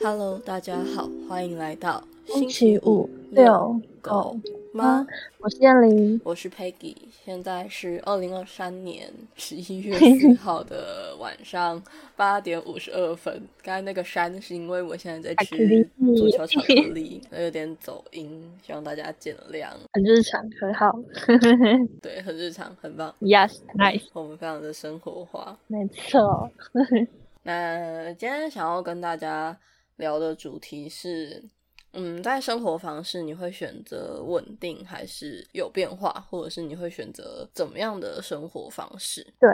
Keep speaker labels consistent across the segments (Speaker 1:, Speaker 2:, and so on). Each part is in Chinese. Speaker 1: Hello，大家好，欢迎来到
Speaker 2: 星期五遛狗
Speaker 1: 吗？
Speaker 2: 我是燕玲，
Speaker 1: 我是 Peggy，现在是二零二三年十一月四号的晚上八点五十二分。刚才那个山是因为我现在在吃足球巧克力， 有点走音，希望大家见谅。
Speaker 2: 很日常，很好。
Speaker 1: 对，很日常，很棒。
Speaker 2: Yes，nice，
Speaker 1: 我们非常的生活化。
Speaker 2: 没错。
Speaker 1: 那今天想要跟大家聊的主题是，嗯，在生活方式你会选择稳定还是有变化，或者是你会选择怎么样的生活方式？
Speaker 2: 对，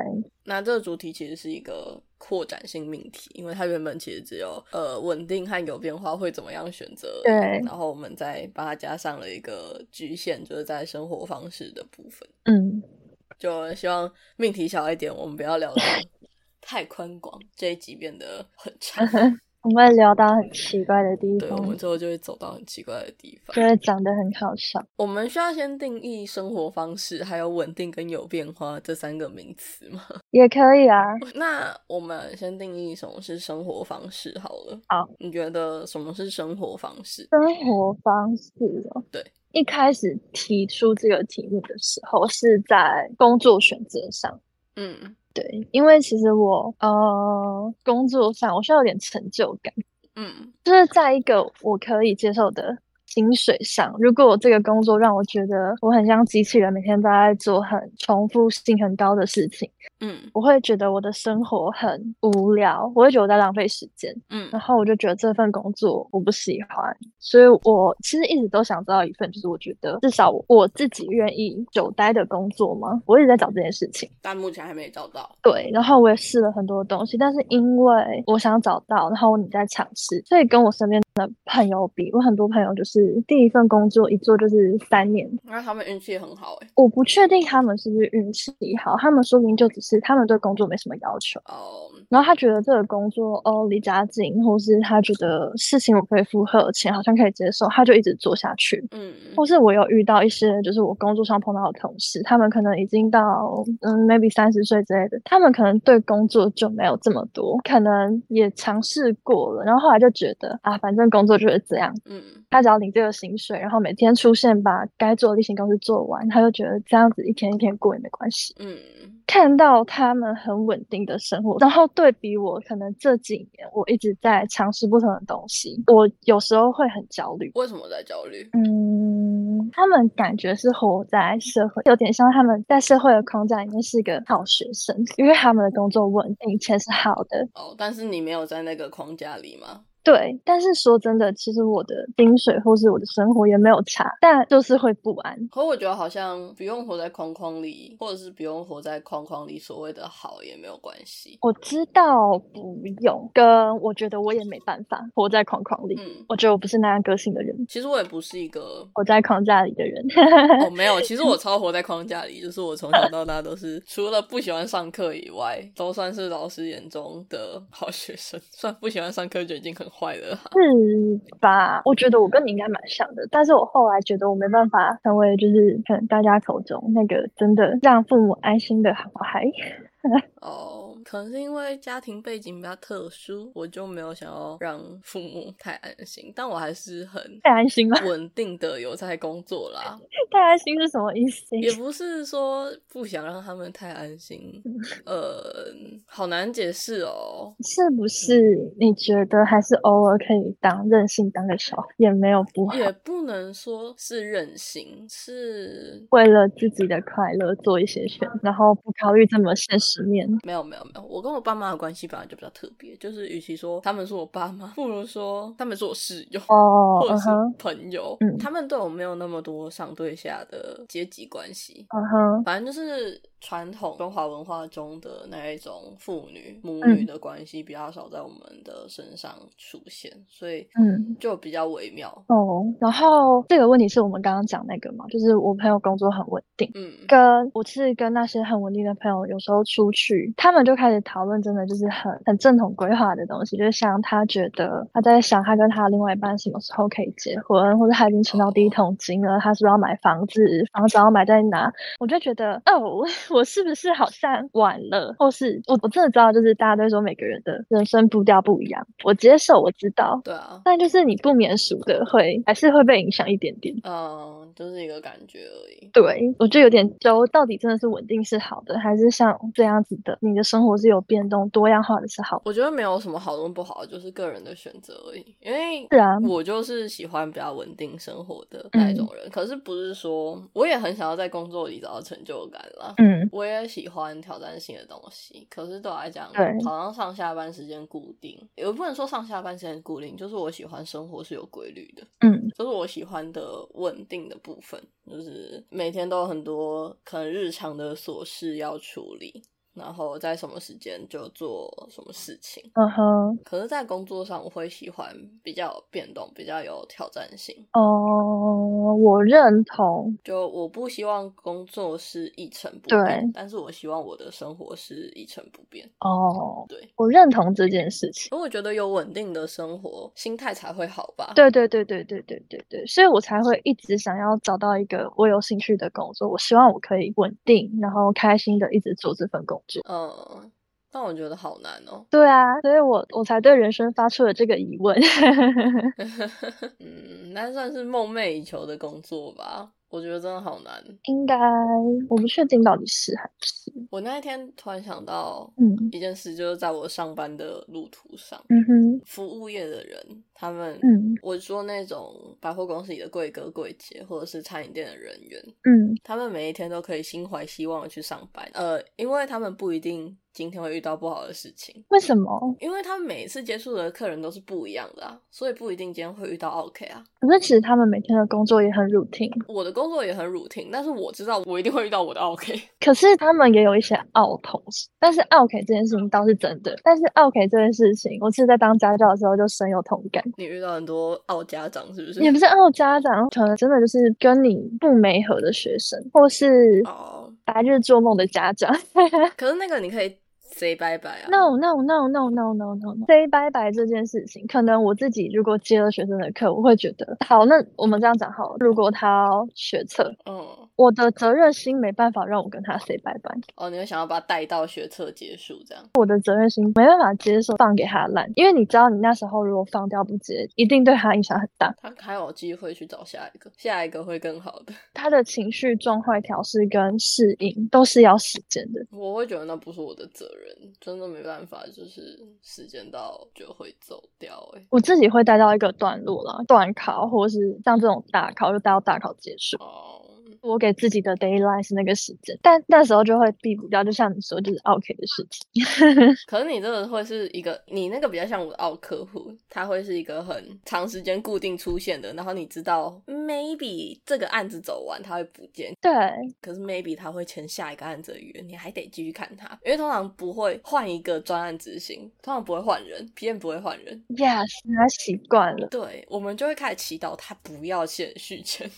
Speaker 1: 那这个主题其实是一个扩展性命题，因为它原本其实只有呃稳定和有变化会怎么样选择，
Speaker 2: 对
Speaker 1: 然后我们再把它加上了一个局限，就是在生活方式的部分。
Speaker 2: 嗯，
Speaker 1: 就希望命题小一点，我们不要聊的太宽广，这一集变得很长。
Speaker 2: 我们会聊到很奇怪的地
Speaker 1: 对，我
Speaker 2: 方
Speaker 1: 们，之后就会走到很奇怪的地
Speaker 2: 就
Speaker 1: 方。
Speaker 2: 会长得很好笑。
Speaker 1: 我们需要先定义生活方式，还有稳定跟有变化这三个名词吗？
Speaker 2: 也可以啊，
Speaker 1: 那我们先定义什么是生活方式好了。
Speaker 2: 好，
Speaker 1: 你觉得什么是生活方式？
Speaker 2: 生活方式哦。
Speaker 1: 对，
Speaker 2: 一开始提出这个题目的时候是在工作选择上。
Speaker 1: 嗯
Speaker 2: 对，因为其实我呃工作上我需要有点成就感，
Speaker 1: 嗯
Speaker 2: 就是在一个我可以接受的薪水上，如果我这个工作让我觉得我很像机器人，每天都在做很重复性很高的事情，
Speaker 1: 嗯
Speaker 2: 我会觉得我的生活很无聊，我会觉得我在浪费时间，然
Speaker 1: 嗯
Speaker 2: 后我就觉得这份工作我不喜欢，所以我其实一直都想知道一份，就是我觉得至少我我自己愿意久待的工作吗？我一直在找这件事情。
Speaker 1: 但目前还没找到。
Speaker 2: 对，然后我也试了很多东西，但是因为我想找到，然后你在尝试，所以跟我身边的朋友比，我很多朋友就是第一份工作一做就是三年，
Speaker 1: 那他们运气很好哎、
Speaker 2: 我不确定他们是不是运气好，他们说明就只是他们对工作没什么要求，
Speaker 1: 哦、
Speaker 2: 然后他觉得这个工作哦离家近，或是他觉得事情我可以负荷，钱好像可以接受，他就一直做下去。
Speaker 1: 嗯
Speaker 2: 或是我有遇到一些，就是我工作上碰到的同事，他们可能已经到嗯，maybe 三十岁之类的，他们可能对工作就没有这么多，可能也尝试过了，然后后来就觉得啊，反正工作就是这样，
Speaker 1: 嗯
Speaker 2: 他只要领这个薪水，然后每天出现把该做的例行公事做完，他就觉得这样子一天一天过也没关系。
Speaker 1: 嗯
Speaker 2: 看到他们很稳定的生活，然后对比我可能这几年我一直在尝试不同的东西，我有时候会很焦虑。
Speaker 1: 为什么在焦虑？
Speaker 2: 嗯，他们感觉是活在社会，有点像他们在社会的框架里面是一个好学生，因为他们的工作稳定，钱是好的。
Speaker 1: 哦，但是你没有在那个框架里吗？
Speaker 2: 对，但是说真的，其实我的薪水或是我的生活也没有差，但就是会不安。
Speaker 1: 可我觉得好像不用活在框框里，或者是不用活在框框里所谓的好也没有关系。
Speaker 2: 我知道不用，跟我觉得我也没办法活在框框里。
Speaker 1: 嗯，
Speaker 2: 我觉得我不是那样个性的人，。
Speaker 1: 其实我也不是一个
Speaker 2: 活在框架里的人。
Speaker 1: 哦，没有，其实我超活在框架里，就是我从小到大都是除了不喜欢上课以外，都算是老师眼中的好学生。算不喜欢上课就已经很坏了啦，
Speaker 2: 是吧？我觉得我跟你应该蛮像的，但是我后来觉得我没办法成为就是可能大家口中那个真的让父母安心的好孩。
Speaker 1: 哦，可能是因为家庭背景比较特殊，我就没有想要让父母太安心，但我还是很
Speaker 2: 太安心了，
Speaker 1: 稳定的有在工作啦。
Speaker 2: 太安心是什么意思？
Speaker 1: 也不是说不想让他们太安心，
Speaker 2: 嗯
Speaker 1: 呃，好难解释哦。
Speaker 2: 是不是你觉得还是偶尔可以当任性当个小孩也没有不好？
Speaker 1: 也不能说是任性，是
Speaker 2: 为了自己的快乐做一些选，然后不考虑这么现实面。
Speaker 1: 没有没有没有。我跟我爸妈的关系本来就比较特别，就是与其说他们是我爸妈，不如说他们是我室友。
Speaker 2: 哦，
Speaker 1: 或者
Speaker 2: 嗯
Speaker 1: 是
Speaker 2: 哼，
Speaker 1: 朋友，
Speaker 2: 嗯
Speaker 1: 他们对我没有那么多上对下的阶级关系，
Speaker 2: 嗯哼，
Speaker 1: 反正就是传统中华文化中的那一种父女母
Speaker 2: 嗯
Speaker 1: 女的关系比较少在我们的身上出现，所以
Speaker 2: 嗯。
Speaker 1: 就比较微妙。
Speaker 2: 哦，然后这个问题是我们刚刚讲那个嘛，就是我朋友工作很稳定，
Speaker 1: 嗯
Speaker 2: 跟我是跟那些很稳定的朋友，有时候出去，他们就开开始讨论真的就是很很正统规划的东西，就是像他觉得他在想他跟他另外一半什么时候可以结婚，或者他已经存到第一桶金了，他是不是要买房子，房子要买在哪？我就觉得哦， 我我是不是好像晚了，或是我我真的知道，就是大家都说每个人的人生步调不一样，我接受，我知道，
Speaker 1: 对啊，
Speaker 2: 但就是你不免俗的会还是会被影响一点点。
Speaker 1: 嗯，就是一个感觉而已。
Speaker 2: 对，我就有点就到底真的是稳定是好的，还是像这样子的，你的生活是有变动、多样化的是好的。
Speaker 1: 我觉得没有什么好跟不好，就是个人的选择而已。因为
Speaker 2: 是啊嗯
Speaker 1: 我就是喜欢比较稳定生活的那一种人，可是不是说我也很想要在工作里找到成就感啦。
Speaker 2: 嗯，
Speaker 1: 我也喜欢挑战性的东西，可是对我来讲，
Speaker 2: 对
Speaker 1: 好像上下班时间固定，也不能说上下班时间固定，就是我喜欢生活是有规律的。
Speaker 2: 嗯，
Speaker 1: 这是我喜欢的稳定的部分，就是每天都有很多可能日常的琐事要处理，然后在什么时间就做什么事情。
Speaker 2: 嗯哼，
Speaker 1: 可是，在工作上，我会喜欢比较有变动、比较有挑战性。
Speaker 2: 哦，我认同，
Speaker 1: 就我不希望工作是一成不变
Speaker 2: 对，
Speaker 1: 但是我希望我的生活是一成不变。
Speaker 2: 哦，
Speaker 1: 对，
Speaker 2: 我认同这件事情。
Speaker 1: 因为我觉得有稳定的生活，心态才会好吧。
Speaker 2: 对对对对对对对对，所以我才会一直想要找到一个我有兴趣的工作，我希望我可以稳定，然后开心的一直做这份工作。
Speaker 1: 嗯，但我觉得好难哦。
Speaker 2: 对啊，所以我我才对人生发出了这个疑问。
Speaker 1: 嗯，那算是梦寐以求的工作吧。我觉得真的好难。
Speaker 2: 应该我不确定到底是还不是。
Speaker 1: 我那一天突然想到
Speaker 2: 嗯
Speaker 1: 一件事，就是在我上班的路途上，
Speaker 2: 嗯哼
Speaker 1: 服务业的人，他们，
Speaker 2: 嗯
Speaker 1: 我说那种百货公司里的柜哥柜姐，或者是餐饮店的人员，
Speaker 2: 嗯
Speaker 1: 他们每一天都可以心怀希望的去上班。呃，因为他们不一定今天会遇到不好的事情，
Speaker 2: 为什么？
Speaker 1: 因为他们每一次接触的客人都是不一样的啊，所以不一定今天会遇到 OK 啊。
Speaker 2: 可是其实他们每天的工作也很 routine，
Speaker 1: 我的工作也很 routine，但是我知道我一定会遇到我的 OK。
Speaker 2: 可是他们也有一些傲同事。但是 OK 这件事情倒是真的，但是 OK 这件事情，我是在当家教的时候就深有同感。
Speaker 1: 你遇到很多傲家长是不是？
Speaker 2: 也不是傲家长，可能真的就是跟你不媒合的学生，或是
Speaker 1: 哦，
Speaker 2: 白日做梦的家长。
Speaker 1: 可是那个你可以 say 拜拜啊。
Speaker 2: no no no no no no no no say bye bye 这件事情，可能我自己如果接了学生的课，我会觉得好，那我们这样讲好了，如果他要学测，
Speaker 1: 嗯，
Speaker 2: 我的责任心没办法让我跟他 say bye bye，
Speaker 1: 哦，你会想要把它带到学测结束这样。
Speaker 2: 我的责任心没办法接受放给他烂，因为你知道你那时候如果放掉不接，一定对他影响很大，
Speaker 1: 他还有机会去找下一个，下一个会更好的。
Speaker 2: 他的情绪状态调试跟适应都是要时间的。
Speaker 1: 我会觉得那不是我的责任，真的没办法，就是时间到就会走掉、欸。
Speaker 2: 我自己会带到一个段落啦，段考或是像这种大考就带到大考结束。
Speaker 1: 哦，
Speaker 2: 我给自己的 d a y l i n e 是那个时间，但那时候就会避不掉，就像你说，就是 OK 的事情。
Speaker 1: 可是你这个会是一个，你那个比较像我的奥客户，他会是一个很长时间固定出现的，然后你知道 maybe 这个案子走完他会不见，
Speaker 2: 对，
Speaker 1: 可是 maybe 他会签下一个案子的约，你还得继续看他，因为通常不会换一个专案执行，通常不会换人，PM 不会换人，
Speaker 2: yes，他习惯了。
Speaker 1: 对我们就会开始祈祷他不要欠续签。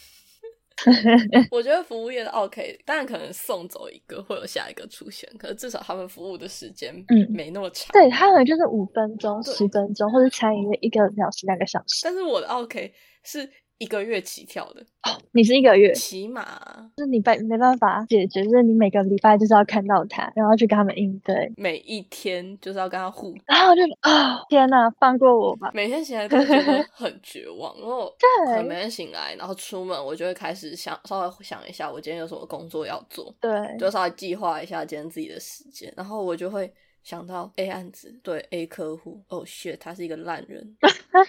Speaker 1: 我觉得服务业的 OK，当然可能送走一个会有下一个出现，可是至少他们服务的时间
Speaker 2: 嗯
Speaker 1: 没那么长。
Speaker 2: 对他们就是五分钟、
Speaker 1: 对
Speaker 2: 十分钟，或者餐饮业一个小时、两个小时。
Speaker 1: 但是我的 OK 是一个月起跳的，
Speaker 2: 你是一个月，
Speaker 1: 起码
Speaker 2: 就是你办没办法解决，就是你每个礼拜就是要看到他，然后去跟他们应对。
Speaker 1: 每一天就是要跟他互动。
Speaker 2: 然后我就啊、天哪，放过我吧！
Speaker 1: 每天醒来都觉得很绝望，因为我可能
Speaker 2: 对
Speaker 1: 每天醒来，然后出门我就会开始想稍微想一下，我今天有什么工作要做，
Speaker 2: 对，
Speaker 1: 就稍微计划一下今天自己的时间，然后我就会想到 A 案子对 A 客户，哦、shit，他是一个烂人，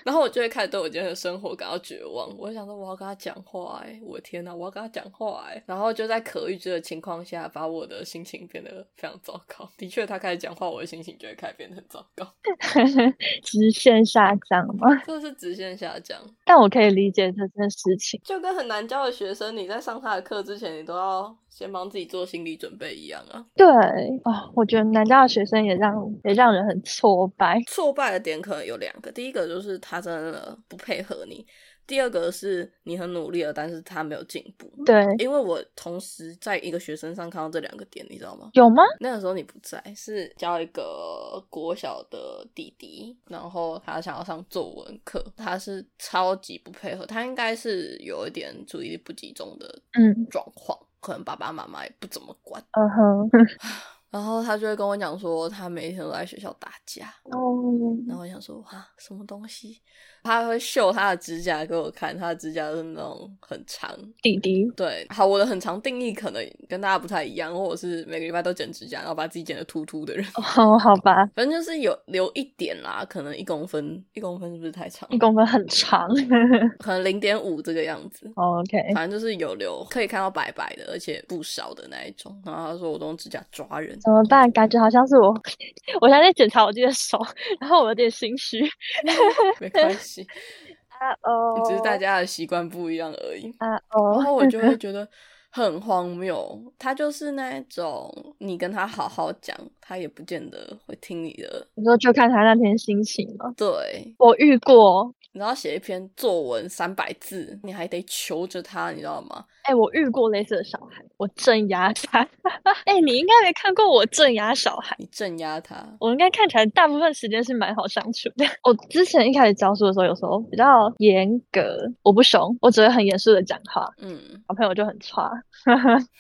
Speaker 1: 然后我就会开始对我今天的生活感到绝望。我就想说我要跟他讲话、欸，我的天哪，我要跟他讲话、欸，然后就在可预知的情况下，把我的心情变得非常糟糕。的确，他开始讲话，我的心情就会开始变得很糟糕，
Speaker 2: 直线下降嘛。
Speaker 1: 这是直线下降。
Speaker 2: 但我可以理解这件事情。
Speaker 1: 就跟很难教的学生，你在上他的课之前，你都要先帮自己做心理准备一样啊。
Speaker 2: 对啊、我觉得南大的学生也让也让人很挫败。
Speaker 1: 挫败的点可能有两个，第一个就是他真的不配合你，第二个是你很努力了，但是他没有进步。
Speaker 2: 对，
Speaker 1: 因为我同时在一个学生上看到这两个点，你知道吗？
Speaker 2: 有吗？
Speaker 1: 那个时候你不在，是教一个国小的弟弟，然后他想要上作文课，他是超级不配合，他应该是有一点注意力不集中的
Speaker 2: 嗯
Speaker 1: 状况，可能爸爸妈妈也不怎么管，
Speaker 2: 嗯哼，
Speaker 1: 然后他就会跟我讲说，他每一天都在学校打架，
Speaker 2: 哦，
Speaker 1: 然后我想说哇，什么东西？他会秀他的指甲给我看，他的指甲是那种很长。
Speaker 2: 弟弟，
Speaker 1: 对，好，我的很长定义可能跟大家不太一样，或者是每个礼拜都剪指甲，然后把自己剪得秃秃的人。
Speaker 2: 哦，好吧，
Speaker 1: 反正就是有留一点啦，可能一公分，一公分是不是太长？
Speaker 2: 一公分很长
Speaker 1: 可能零点五这个样子。
Speaker 2: ，OK，
Speaker 1: 反正就是有留，可以看到白白的，而且不少的那一种。然后他说我都用指甲抓人，
Speaker 2: 怎么办？感觉好像是我， 我现在在检查我自己的手， 然后我有点心虚
Speaker 1: 没关系，
Speaker 2: 啊哦，
Speaker 1: 只是大家的习惯不一样而已。
Speaker 2: 啊
Speaker 1: 然
Speaker 2: 哦，
Speaker 1: 后我就会觉得很荒谬。他就是那一种，你跟他好好讲，他也不见得会听你的。
Speaker 2: 你说就看他那天心情了。
Speaker 1: 对，
Speaker 2: 我遇过，
Speaker 1: 然后写一篇作文三百字，你还得求着他，你知道吗？
Speaker 2: 哎、我遇过类似的小孩，我镇压他。 哎、你应该没看过我镇压小孩，
Speaker 1: 你镇压他，
Speaker 2: 我应该看起来大部分时间是蛮好相处的。 我之前一开始教书的时候，有时候比较严格，我不怂，我只会很严肃的讲话，
Speaker 1: 嗯，
Speaker 2: 小朋友就很差。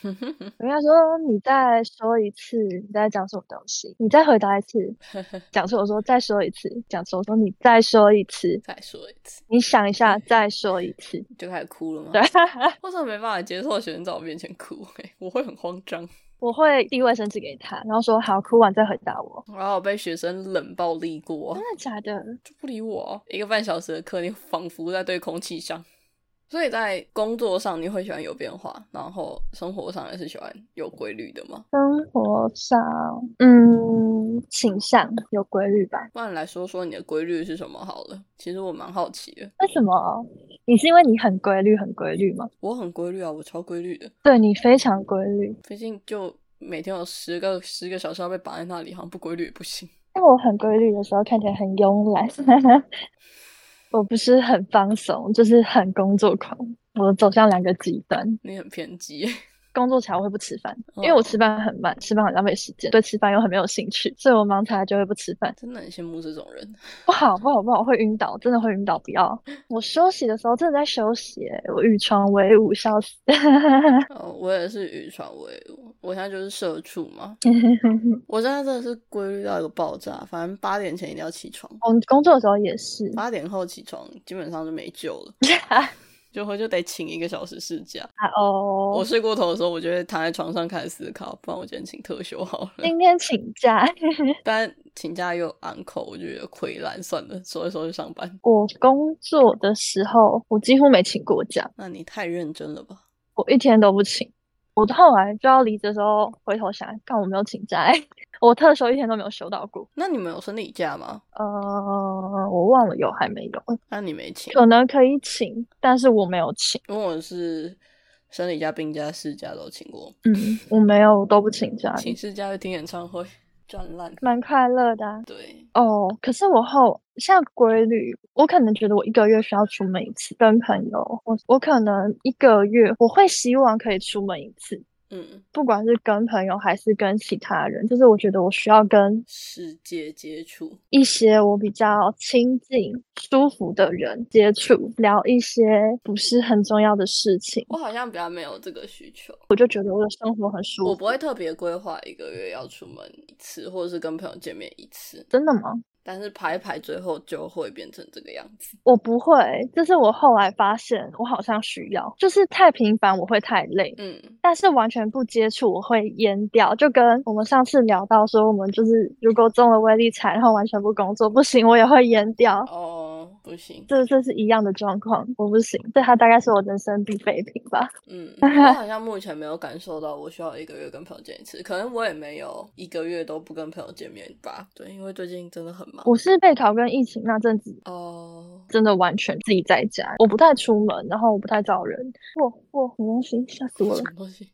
Speaker 2: 人家说你再说一次，你在讲什么东西？你再回答一 次，讲错。我说再说一次，讲错。我说你再说一次，
Speaker 1: 再说一次，
Speaker 2: 你想一下，再说一次。
Speaker 1: 就开始哭了吗？
Speaker 2: 对，
Speaker 1: 我真的没办法接受学生在我面前哭、 欸，我会很慌张。
Speaker 2: 我会递卫生纸给他，然后说好，哭完再回答我。
Speaker 1: 然后我被学生冷暴力过
Speaker 2: 真，的假的？
Speaker 1: 就不理我。一个半小时的课，你仿佛在对空气上。所以在工作上你会喜欢有变化，然后生活上也是喜欢有规律的嘛。
Speaker 2: 生活上，嗯，倾向有规律吧？
Speaker 1: 不然你来说说你的规律是什么好了。其实我蛮好奇的，
Speaker 2: 为什么？你是因为你很规律，很规律吗？
Speaker 1: 我很规律啊，我超规律的。
Speaker 2: 对你非常规律。
Speaker 1: 毕竟就每天有十个十个小时要被绑在那里，好像不规律也不行。
Speaker 2: 但我很规律的时候看起来很慵懒， 我不是很放松，就是很工作狂。我走向两个极端，
Speaker 1: 你很偏激，
Speaker 2: 工作起来我会不吃饭，因为我吃饭很慢，吃饭很浪费时间，对吃饭又很没有兴趣，所以我忙起来就会不吃饭。
Speaker 1: 真的很羡慕这种人。
Speaker 2: 不好，不好，不好，会晕倒，真的会晕倒，不要。我休息的时候真的在休息欸，我与床为伍，笑死。
Speaker 1: 哦，我也是与传为伍，我现在就是社畜嘛。我现在真的是规律到一个爆炸，反正八点前一定要起床，
Speaker 2: 我们工作的时候也是，
Speaker 1: 八点后起床基本上就没救 了，
Speaker 2: 啊
Speaker 1: 就会就得请一个小时事假。我
Speaker 2: 哦，
Speaker 1: 睡过头的时候，我就会躺在床上开始思考，不然我今天请特休好了。
Speaker 2: 今天请假，
Speaker 1: 但请假又 uncle，我就觉得溃烂，算了，收一收去上班。
Speaker 2: 我工作的时候我几乎没请过假，
Speaker 1: 那你太认真了吧？
Speaker 2: 我一天都不请。我后来就要离职的时候，回头想，看我没有请假欸， 我特休一天都没有休到过。
Speaker 1: 那你们有生理假吗？
Speaker 2: 呃，我忘了有还没有，
Speaker 1: 那你没请，
Speaker 2: 可能可以请，但是我没有请。
Speaker 1: 因为我是生理假、病假、事假都请过，
Speaker 2: 嗯，我没有，我都不请假的，
Speaker 1: 请事假去听演唱会，赚烂。
Speaker 2: 蛮快乐的啊
Speaker 1: 对，
Speaker 2: 哦。可是我后像规律，我可能觉得我一个月需要出门一次，跟朋友，我我可能一个月我会希望可以出门一次，
Speaker 1: 嗯，
Speaker 2: 不管是跟朋友还是跟其他人，就是我觉得我需要跟
Speaker 1: 世界接触，
Speaker 2: 一些我比较亲近、舒服的人接触，聊一些不是很重要的事情，
Speaker 1: 我好像比较没有这个需求，
Speaker 2: 我就觉得我的生活很舒服。
Speaker 1: 我不会特别规划一个月要出门一次，或者是跟朋友见面一次，
Speaker 2: 真的吗？
Speaker 1: 但是排一排最后就会变成这个样子。
Speaker 2: 我不会，这是我后来发现，我好像需要，就是太频繁我会太累，
Speaker 1: 嗯，
Speaker 2: 但是完全不接触我会淹掉，就跟我们上次聊到说，我们就是如果中了威力彩，然后完全不工作不行，我也会淹掉，
Speaker 1: 哦，不行，
Speaker 2: 这这是一样的状况，我不行，这它大概是我人生必备品吧。
Speaker 1: 嗯，我好像目前没有感受到我需要一个月跟朋友见一次，可能我也没有一个月都不跟朋友见面吧。对，因为最近真的很忙。
Speaker 2: 我是备考跟疫情那阵子。
Speaker 1: 哦，
Speaker 2: 真的完全自己在家，我不太出门，然后我不太找人。哇哇，什么东西？吓死我了！
Speaker 1: 什么东西？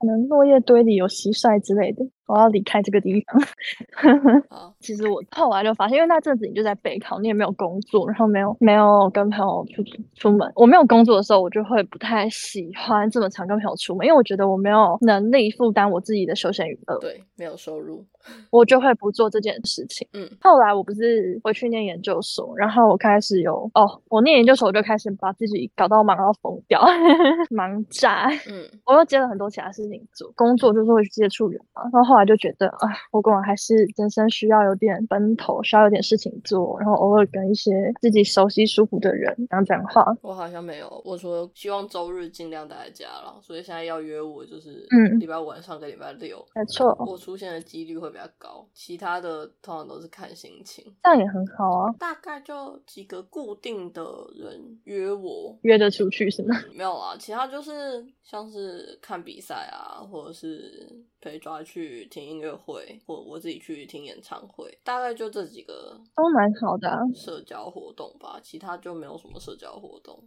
Speaker 2: 可能落叶堆里有蟋蟀之类的。我要离开这个地方。
Speaker 1: 好，
Speaker 2: 其实我后来就发现，因为那阵子你就在备考，你也没有工作，然后没有没有跟朋友出出门。我没有工作的时候，我就会不太喜欢这么常跟朋友出门，因为我觉得我没有能力负担我自己的休闲娱乐，
Speaker 1: 对，没有收入，
Speaker 2: 我就会不做这件事情。
Speaker 1: 嗯，
Speaker 2: 后来我不是回去念研究所，然后我开始有哦，我念研究所我就开始把自己搞到忙到疯掉， 忙炸。
Speaker 1: 嗯，
Speaker 2: 我又接了很多其他事情做，工作就是会去接触人嘛。然后后来就觉得啊，我果然还是人生需要有点奔头，需要有点事情做，然后偶尔跟一些自己熟悉舒服的人讲讲话。
Speaker 1: 我好像没有，我说希望周日尽量待在家了，所以现在要约我就是，
Speaker 2: 嗯
Speaker 1: 礼拜五晚上跟礼拜六，
Speaker 2: 没错，
Speaker 1: 我出现的几率会比较高，其他的通常都是看心情。
Speaker 2: 这样也很好啊，
Speaker 1: 大概就几个固定的人约我，
Speaker 2: 约得出去是吗？
Speaker 1: 没有啊，其他就是像是看比赛啊，或者是被抓去听音乐会，或我自己去听演唱会，大概就这几个
Speaker 2: 都蛮好的啊。
Speaker 1: 社交活动吧，其他就没有什么社交活动。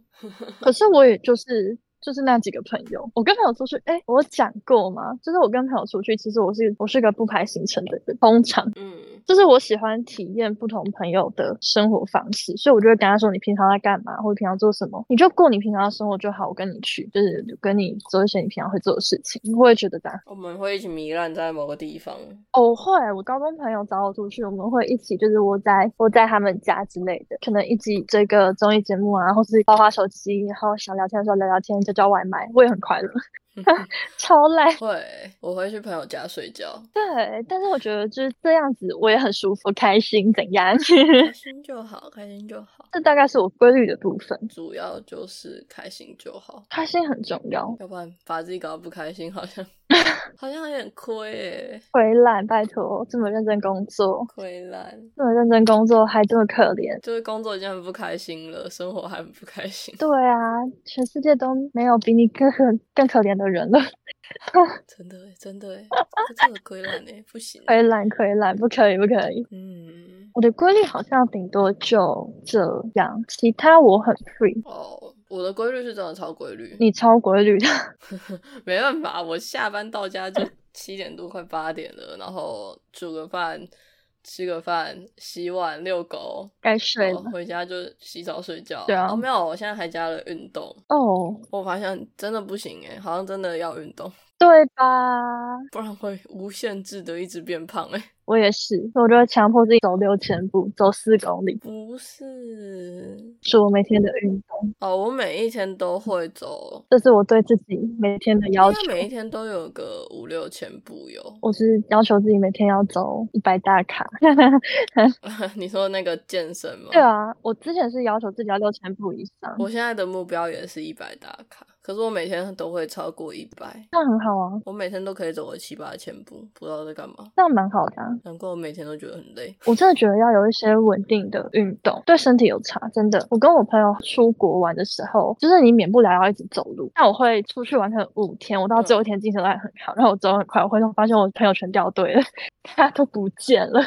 Speaker 2: 可是我也就是就是那几个朋友，我跟朋友出去，哎、我讲过吗？就是我跟朋友出去，其实我是我是个不排行程的人，通常
Speaker 1: 嗯
Speaker 2: 就是我喜欢体验不同朋友的生活方式，所以我就会跟他说你平常在干嘛，或者平常做什么，你就过你平常的生活就好，我跟你去，就是跟你做一些你平常会做的事情，我也觉得这样。
Speaker 1: 我们会一起糜烂在某个地方，
Speaker 2: 哦，会，我高中朋友找我出去，我们会一起，就是窝在窝在他们家之类的，可能一起追个综艺节目啊，或是划划手机，然后想聊天的时候聊聊天，叫叫外卖，我也很快乐， 超累。
Speaker 1: 会我会去朋友家睡觉，
Speaker 2: 对，但是我觉得就是这样子，我也很舒服，开心，怎样？
Speaker 1: 开心就好，开心就好，
Speaker 2: 这大概是我规律的部分，
Speaker 1: 主要就是开心就好。
Speaker 2: 开心很重要。
Speaker 1: 要不然把自己搞得不开心，好 像好像有点亏诶，
Speaker 2: 回来，拜托，这么认真工作，
Speaker 1: 亏烂。
Speaker 2: 这么认真工作还这么可怜。
Speaker 1: 就是工作已经很不开心了，生活还很不开心，
Speaker 2: 对啊，全世界都没有比你更可更可怜的人了。
Speaker 1: 真的欸真的欸，这个亏烂哎，不 行欸。
Speaker 2: 亏懒，亏懒，不可以，不可以。
Speaker 1: 嗯，
Speaker 2: 我的规律好像顶多就这样，其他我很 free。
Speaker 1: 哦，我的规律是真的超规律，
Speaker 2: 你超规律的，
Speaker 1: 没办法，我下班到家就 七点多快八点了，然后煮个饭。吃个饭，洗碗，遛狗，
Speaker 2: 该睡
Speaker 1: 然
Speaker 2: 了
Speaker 1: 后。回家就洗澡睡觉。
Speaker 2: 对啊
Speaker 1: 哦，没有，我现在还加了运动。
Speaker 2: 哦、
Speaker 1: 我发现真的不行哎，好像真的要运动，
Speaker 2: 对吧？
Speaker 1: 不然会无限制的一直变胖哎。
Speaker 2: 我也是，所以我就会强迫自己走六千步，走四公里，
Speaker 1: 不是，
Speaker 2: 是我每天的运动，
Speaker 1: 哦，我每一天都会走，
Speaker 2: 这是我对自己每天的
Speaker 1: 应
Speaker 2: 要求。
Speaker 1: 该。啊每一天都有个五六千步哟
Speaker 2: 我是要求自己每天要走一百大卡。
Speaker 1: 你说那个健身吗？
Speaker 2: 对。啊，我之前是要求自己要六千步以上，
Speaker 1: 我现在的目标也是一百打卡，可是我每天都会超过一百，
Speaker 2: 这样很好啊，
Speaker 1: 我每天都可以走个七八千步，不知道在干嘛。
Speaker 2: 这样蛮好的啊、
Speaker 1: 难怪我每天都觉得很累。
Speaker 2: 我真的觉得要有一些稳定的运动，对身体有差，真的。我跟我朋友出国玩的时候，就是你免不了要一直走路。那我会出去玩可能五天，我到最后一天精神都还很好，然后我走很快，我回头发现我朋友全掉队了， 大家都不见了。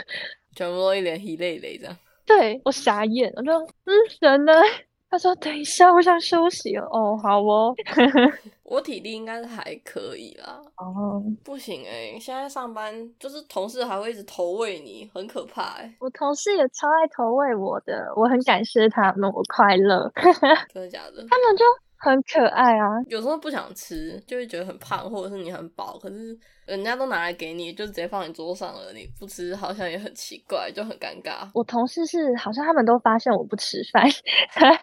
Speaker 1: 全部都一脸一累累这样，
Speaker 2: 对我傻眼，我说嗯，人呢？ 他说等一下，我想休息了。哦，好哦。
Speaker 1: 我体力应该是还可以啦，
Speaker 2: 哦，
Speaker 1: 不行诶、现在上班就是同事还会一直投喂你，很可怕欸诶、
Speaker 2: 我同事也超爱投喂我的，我很感谢他们，我快乐。 他
Speaker 1: 真的假的？
Speaker 2: 们就很可爱啊，
Speaker 1: 有时候不想吃，就会觉得很胖，或者是你很饱，可是人家都拿来给你，就直接放你桌上了，你不吃好像也很奇怪，就很尴尬，
Speaker 2: 我同事是好像他们都发现我不吃饭，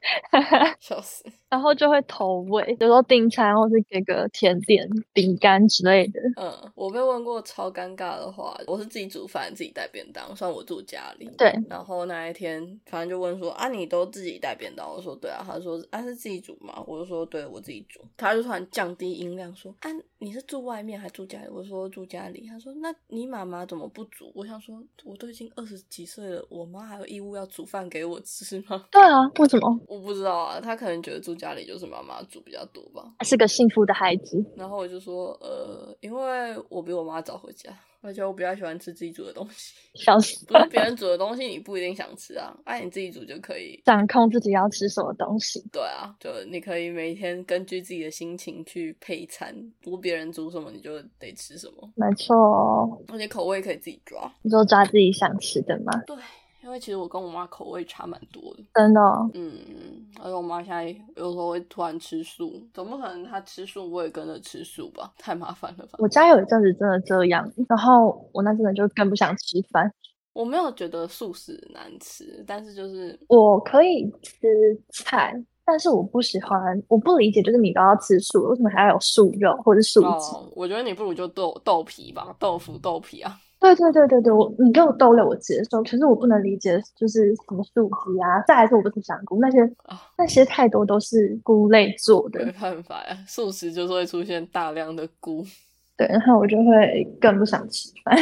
Speaker 1: 笑死。
Speaker 2: 然后就会投喂，有时候订餐或是给个甜点、饼干之类的。
Speaker 1: 嗯，我被问过超尴尬的话，我是自己煮饭，自己带便当，虽然我住家里。
Speaker 2: 对，
Speaker 1: 然后那一天，反正就问说啊，你都自己带便当？我说对啊。他说啊，是自己煮吗？我就说对，我自己煮。他就突然降低音量说啊，你是住外面还住家里？我说住家里。他说那你妈妈怎么不煮？我想说我都已经二十几岁了，我妈还有义务要煮饭给我吃吗？
Speaker 2: 对啊，为什么？
Speaker 1: 我不知道啊，他可能觉得住家里就是妈妈煮比较多吧。
Speaker 2: 是个幸福的孩子。
Speaker 1: 然后我就说呃，因为我比我妈早回家。而且我比较喜欢吃自己煮的东西，
Speaker 2: 笑死！
Speaker 1: 不是别人煮的东西你不一定想吃啊，哎、啊，你自己煮就可以。
Speaker 2: 掌控自己要吃什么东西。
Speaker 1: 对啊，就你可以每天根据自己的心情去配餐，不别人煮什么你就得吃什么。
Speaker 2: 没错、哦，
Speaker 1: 而且口味可以自己抓。
Speaker 2: 你就抓自己想吃的吗？
Speaker 1: 对。因为其实我跟我妈口味差蛮多的，
Speaker 2: 真的、哦。
Speaker 1: 嗯，而且我妈现在有时候会突然吃素，总不可能她吃素我也跟着吃素吧？太麻烦了吧？
Speaker 2: 我家有一阵子真的这样，然后我那阵子就更不想吃饭。
Speaker 1: 我没有觉得素食难吃，但是就是
Speaker 2: 我可以吃菜，但是我不喜欢，我不理解，就是你都要吃素，为什么还要有素肉或者素鸡、
Speaker 1: 哦？我觉得你不如就豆豆皮吧，豆腐豆皮啊。
Speaker 2: 对对对对对，我你给我豆类我接受，可是我不能理解就是什么素鸡啊，再来是我不吃香菇那些、哦，那些太多都是菇类做的，
Speaker 1: 没办法呀，素食就是会出现大量的菇。
Speaker 2: 对，然后我就会更不想吃饭。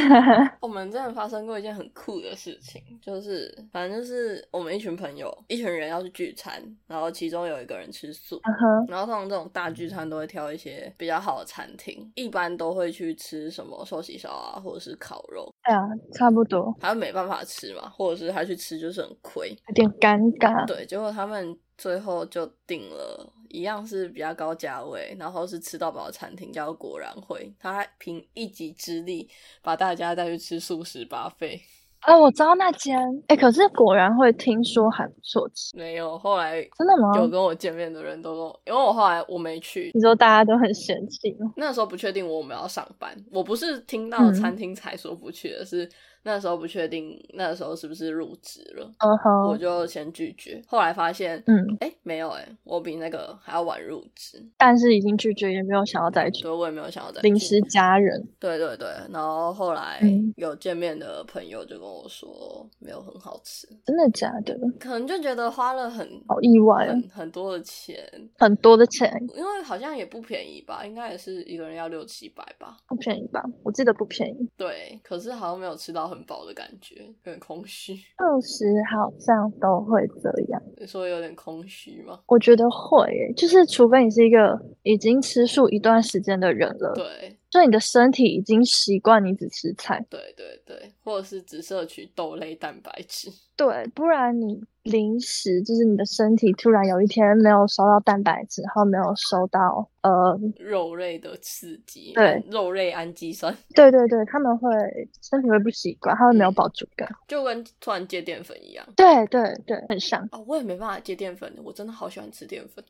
Speaker 1: 我们真的发生过一件很酷的事情，就是反正就是我们一群朋友，一群人要去聚餐，然后其中有一个人吃素
Speaker 2: ，uh -huh.
Speaker 1: 然后通常这种大聚餐都会挑一些比较好的餐厅，一般都会去吃什么寿喜烧啊，或者是烤肉。
Speaker 2: 对啊，差不多。
Speaker 1: 他没办法吃嘛，或者是他去吃就是很亏，
Speaker 2: 有点尴尬。
Speaker 1: 对，结果他们。最后就订了一样是比较高价位，然后是吃到饱的餐厅，叫果然会。他凭一己之力把大家带去吃素食巴菲。
Speaker 2: 哦，我知道那间，哎、欸，可是果然会听说还不错吃。
Speaker 1: 没有，后来
Speaker 2: 真的吗？
Speaker 1: 有跟我见面的人都跟我，因为我后来我没去。
Speaker 2: 你说大家都很嫌弃吗？
Speaker 1: 那时候不确定我们要上班，我不是听
Speaker 2: 嗯
Speaker 1: 到餐厅才说不去的，嗯、是那时候不确定那时候是不是入职了
Speaker 2: ，uh -huh.
Speaker 1: 我就先拒绝。后来发现，
Speaker 2: 嗯，
Speaker 1: 哎、欸，没有、欸，哎，我比那个还要晚入职，
Speaker 2: 但是已经拒绝，也没有想要再去，
Speaker 1: 所以我也没有想要再
Speaker 2: 临时加人。
Speaker 1: 对对对，然后后来
Speaker 2: 嗯
Speaker 1: 有见面的朋友就跟。跟我说没有很好吃，
Speaker 2: 真的假的？
Speaker 1: 可能就觉得花了很
Speaker 2: 好意外、啊
Speaker 1: 很，很多的钱，
Speaker 2: 很多的钱，
Speaker 1: 因为好像也不便宜吧，应该也是一个人要六七百吧，
Speaker 2: 不便宜吧？我记得不便宜。
Speaker 1: 对，可是好像没有吃到很饱的感觉，有点空虚。
Speaker 2: 素食好像都会这样，
Speaker 1: 你说有点空虚吗？
Speaker 2: 我觉得会、欸，就是除非你是一个已经吃素一段时间的人了，
Speaker 1: 对。
Speaker 2: 所以你的身体已经习惯你只吃菜，
Speaker 1: 对对对，或者是只摄取豆类蛋白质，
Speaker 2: 对，不然你临时就是你的身体突然有一天没有收到蛋白质，然后没有收到呃
Speaker 1: 肉类的刺激，
Speaker 2: 对，
Speaker 1: 肉类氨基酸，
Speaker 2: 对对对，他们会身体会不习惯，他会没有饱足感，
Speaker 1: 就跟突然戒淀粉一样，
Speaker 2: 对对对，很像。
Speaker 1: 哦，我也没办法戒淀粉，我真的好喜欢吃淀粉。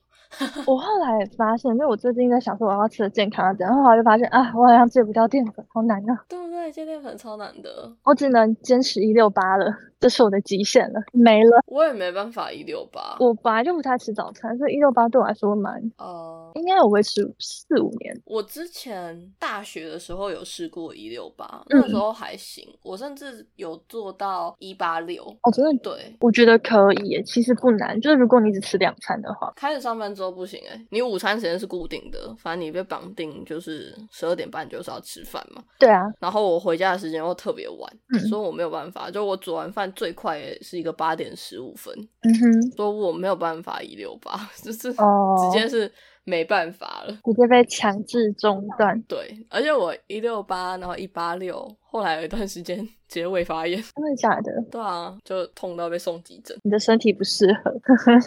Speaker 2: 我后来发现，因为我最近在想说我要吃的健康点，然后后来就发现啊，我好像戒不掉淀粉，好难啊！
Speaker 1: 对不对？戒淀粉超难的，
Speaker 2: 我只能坚持一六八了，这是我的极限了，没了。
Speaker 1: 我也没办法一六八，
Speaker 2: 我本来就不太吃早餐，所以一六八对我来说蛮……
Speaker 1: 哦、
Speaker 2: 呃，应该有维持四五年。
Speaker 1: 我之前大学的时候有试过一六八，
Speaker 2: 嗯
Speaker 1: 那时候还行，我甚至有做到一八六。
Speaker 2: 哦，真的？
Speaker 1: 对，
Speaker 2: 我觉得可以，其实不难，就是如果你只吃两餐的话，
Speaker 1: 开始上班。说不行哎、欸，你午餐时间是固定的，反正你被绑定就是十二点半就是要吃饭嘛。
Speaker 2: 对啊，
Speaker 1: 然后我回家的时间又特别晚、
Speaker 2: 嗯，
Speaker 1: 所以我没有办法，就我煮完饭最快也是一个八点十五分，
Speaker 2: 嗯哼，
Speaker 1: 所以我没有办法一六八， 就是
Speaker 2: 直
Speaker 1: 接是。没办法了，
Speaker 2: 直接被强制中断。
Speaker 1: 对，而且我一六八，然后一八六，后来有一段时间结尾发炎，
Speaker 2: 真的假的？
Speaker 1: 对啊，就痛到被送急诊。
Speaker 2: 你的身体不适合，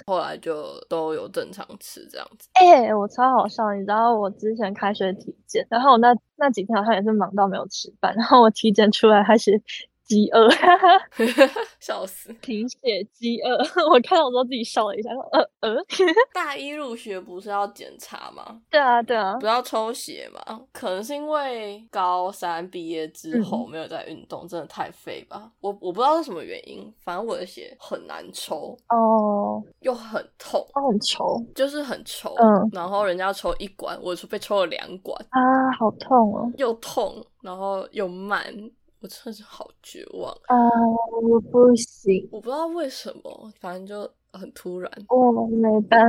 Speaker 1: 后来就都有正常吃这样子。
Speaker 2: 哎、欸，我超好笑，你知道我之前开学体检，然后那那几天好像也是忙到没有吃饭，然后我体检出来还是。饥饿，
Speaker 1: 笑死！
Speaker 2: 贫血、饥饿， 我看到我都自己笑了一下，呃呃。
Speaker 1: 大一入学不是要检查吗？
Speaker 2: 对啊，对啊，
Speaker 1: 不要抽血嘛。可能是因为高三毕业之后没有在运动，嗯、真的太废吧。我我不知道是什么原因，反正我的血很难抽
Speaker 2: 哦，
Speaker 1: 又很痛，
Speaker 2: 哦、很稠，
Speaker 1: 就是很稠。
Speaker 2: 嗯，
Speaker 1: 然后人家抽一管，我被抽了两管
Speaker 2: 啊，好痛哦，
Speaker 1: 又痛，然后又慢。我真的是好绝望
Speaker 2: 啊！Uh, 我不行，
Speaker 1: 我不知道为什么，反正就很突然。
Speaker 2: 我没办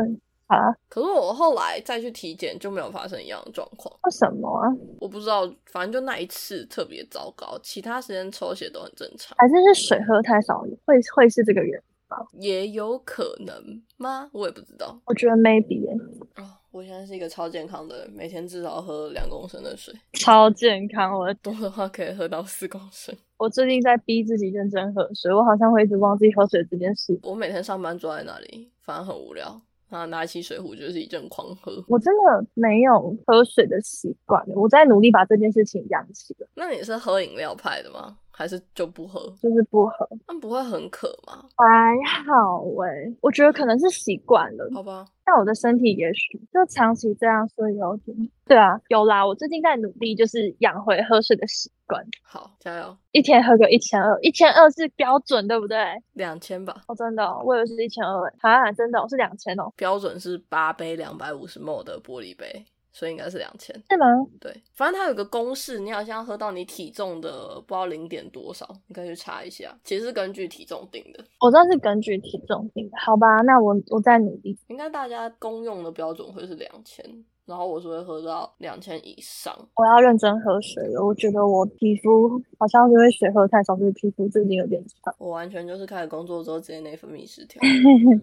Speaker 2: 法。
Speaker 1: 可是我后来再去体检就没有发生一样的状况。
Speaker 2: 为什么啊？
Speaker 1: 我不知道，反正就那一次特别糟糕，其他时间抽血都很正常。
Speaker 2: 还是是水喝太少，会会是这个原因吧？
Speaker 1: 也有可能吗？我也不知道。
Speaker 2: 我觉得 maybe、欸。
Speaker 1: 哦我现在是一个超健康的人，每天至少喝两公升的水，
Speaker 2: 超健康。我
Speaker 1: 多的话可以喝到四公升。
Speaker 2: 我最近在逼自己认真喝水，我好像会一直忘记喝水这件事。
Speaker 1: 我每天上班坐在那里，反正很无聊，然后拿起水壶就是一阵狂喝。
Speaker 2: 我真的没有喝水的习惯，我在努力把这件事情养起了。
Speaker 1: 那你是喝饮料派的吗？还是就不喝？
Speaker 2: 就是不喝，
Speaker 1: 那不会很渴吗？
Speaker 2: 还好哎、我觉得可能是习惯了。
Speaker 1: 好吧，
Speaker 2: 但我的身体也许就长期这样，所以有点对啊，有啦。我最近在努力，就是养回喝水的习惯，
Speaker 1: 好，加油，
Speaker 2: 一天喝个一千二，一千二是标准，对不对？
Speaker 1: 两千吧。
Speaker 2: 哦，真的哦、我以为是一千二，啊，真的、哦、是两千哦，
Speaker 1: 标准是八杯两百五十 ml 的玻璃杯，所以应该是两千。
Speaker 2: 是吗？
Speaker 1: 对，反正它有个公式，你好像喝到你体重的不知道零点多少，你可以去查一下，其实是根据体重定的。
Speaker 2: 我知道是根据体重定的，好吧？那我我再努力。
Speaker 1: 应该大家公用的标准会是两千，然后我是会喝到两千以上。
Speaker 2: 我要认真喝水了，我觉得我皮肤好像因为水喝太少，所以皮肤最近有点差。
Speaker 1: 我完全就是开始工作之后直接内分泌失调，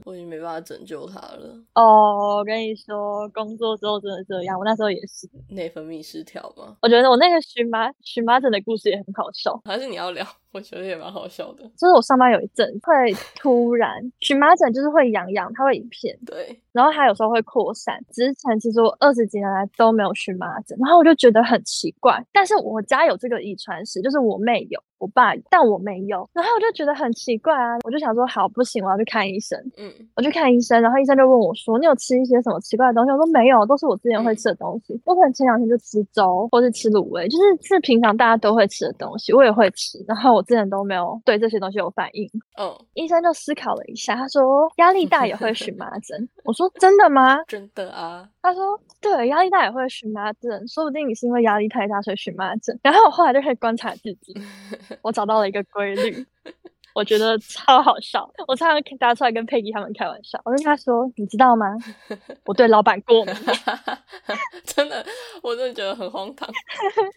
Speaker 1: 我已经没办法拯救它了。
Speaker 2: 哦，我跟你说，工作之后真的这样，我那时候也是。
Speaker 1: 内分泌失调吗？
Speaker 2: 我觉得我那个荨麻荨麻疹的故事也很好笑，
Speaker 1: 还是你要聊？ 我觉得也蛮好笑的。
Speaker 2: 就是我上班有一阵会突然荨麻疹，就是会痒痒，它会一片，
Speaker 1: 对，
Speaker 2: 然后它有时候会扩散。之前其实我二十几年来都没有荨麻疹，然后我就觉得很奇怪。但是我家有这个遗传史，就是我妹有，我爸有，但我没有。然后我就觉得很奇怪啊，我就想说，好，不行，我要去看医生。
Speaker 1: 嗯，
Speaker 2: 我去看医生，然后医生就问我说：“你有吃一些什么奇怪的东西？”我说：“没有，都是我之前会吃的东西。我可能前两天就吃粥，或是吃卤味，就是是平常大家都会吃的东西，我也会吃。然后我之前都没有对这些东西有反应。
Speaker 1: 哦，
Speaker 2: 医生就思考了一下，他说：“压力大也会荨麻疹。”我说：“真的吗
Speaker 1: 真的啊，？”
Speaker 2: 他说：“对，压力大也会荨麻疹，说不定你是因为压力太大所以荨麻疹。”然后我后来就开始观察自己，我找到了一个规律。我觉得超好笑，我常常拿出来跟佩奇他们开玩笑。我就跟他说：“你知道吗？我对老板过敏，
Speaker 1: 真的，我真的觉得很荒唐。